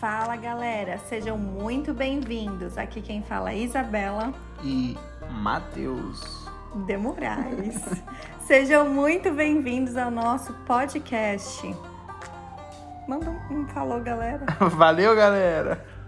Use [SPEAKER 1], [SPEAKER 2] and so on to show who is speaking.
[SPEAKER 1] Fala galera, sejam muito bem-vindos. Aqui quem fala é Isabela
[SPEAKER 2] e Matheus.
[SPEAKER 1] de Moraes. sejam muito bem-vindos ao nosso podcast. Manda um um falou, galera.
[SPEAKER 2] Valeu, galera!